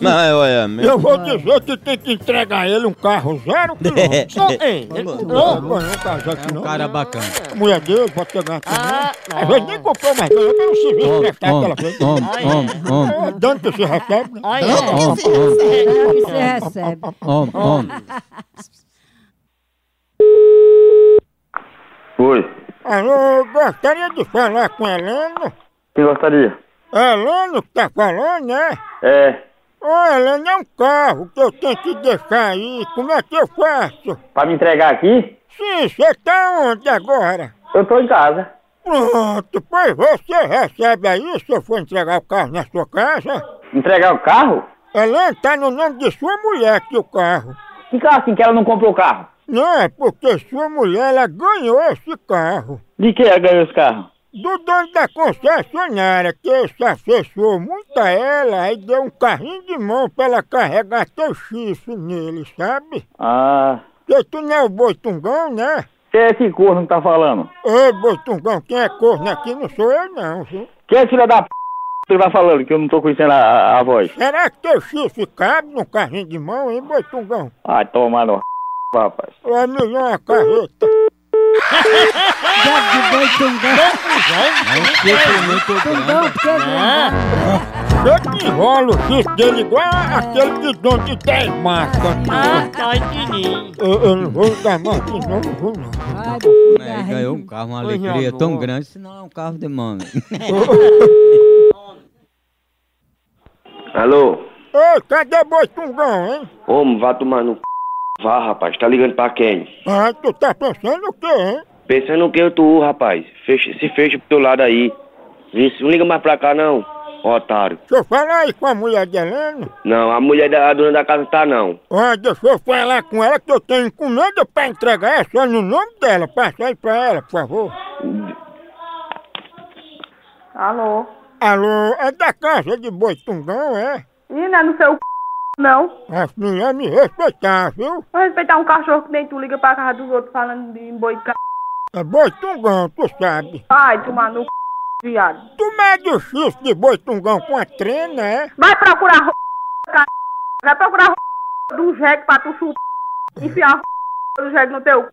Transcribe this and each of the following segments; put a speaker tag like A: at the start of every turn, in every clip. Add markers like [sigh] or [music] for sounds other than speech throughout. A: Não, é, olha,
B: Né?
A: meu...
C: Eu vou dizer que tem que entregar ele um carro
B: [laughs]
C: zero quilômetro. Só tem. Ele comprou, pô, não um carro já que não.
B: É
C: É,
B: Cara bacana.
C: Mulher dele, pode pegar aqui.
D: Ah,
C: não. Às vezes né? nem comprou mais ganhou pelo serviço que tá aquela vez.
B: Homem, homem, homem,
C: É, Dando pra esse recado, né?
D: Olha,
B: Ó,
D: esse-
B: ó.
E: Será que você recebe?
B: homem, homem.
F: Oi,
C: Alô, gostaria de falar com Heleno.
F: quem gostaria?
C: É Heleno que tá falando, né?
F: É,
C: Ô, Heleno, é um carro que eu tenho que deixar aí. Como é que eu faço?
F: pra me entregar aqui,
C: Sim, você tá onde agora?
F: eu tô em casa.
C: Pronto, pois você recebe aí se eu for entregar o carro na sua casa.
F: Entregar o carro?
C: Ela tá no nome de sua mulher aqui o carro.
F: Que carro assim que ela não comprou o carro?
C: Não, é porque sua mulher ela ganhou esse carro.
F: De que ela ganhou esse carro?
C: Do dono da concessionária, que se afeiçoou muito a ela, aí deu um carrinho de mão pra ela carregar teu chifre nele, sabe?
F: Ah,
C: Porque tu não é o boitungão, né?
F: quem é esse corno que tá falando?
C: Ô, boitungão, quem é corno aqui não sou eu não, viu?
F: Quem é esse filho da p que tá falando que eu não tô conhecendo a, a- a voz?
C: Será que teu chifre cabe num carrinho de mão, hein, boitungão?
F: Ai, toma no rapaz.
C: É melhor a carreta.
B: É um
E: Tungão, porque
D: Ah?
C: Eu que enrolo o chifre dele igual aquele de dono de 10 marcas.
D: Ah, tá, entendi.
C: Eu, eu não vou dar marca, não, não vou não.
E: Ai, meu filho,
B: Ele ganhou um carro, uma alegria tão grande, senão é um carro de mano.
G: Alô?
C: Ô, cadê Boitungão, hein?
G: Homem, vá tomar no c... Vá, rapaz. Tá ligando pra quem?
C: Ah, tu tá pensando o quê, hein?
G: Pensando que eu tô, rapaz. Fecha, se fecha pro teu lado aí. Isso, não liga mais pra cá, não, otário.
C: Deixa eu falar aí com a mulher de Helena.
G: Não, a mulher da a dona da casa tá, não.
C: Ó, deixa eu falar com ela que eu tenho encomenda pra entregar, é só no nome dela. Passa aí pra ela, por favor.
H: Alô?
C: Alô, é da casa de Boitungão, é?
H: Ih, não é no seu c... não.
C: As mulheres me respeitar, viu?
H: Vou respeitar um cachorro que nem tu liga pra casa dos outros falando de boi c...
C: É Boitungão, tu sabe.
H: Ai, tu mano, c... viado.
C: Tu mede o chifre de Boitungão com a trena, é?
H: Vai procurar ro... c... Vai procurar ro... do jegue pra tu chupar. Enfiar ro... do jegue no teu c...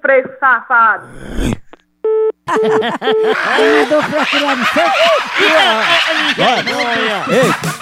H: preso safado.
E: mandou procurar no seu
B: Ei,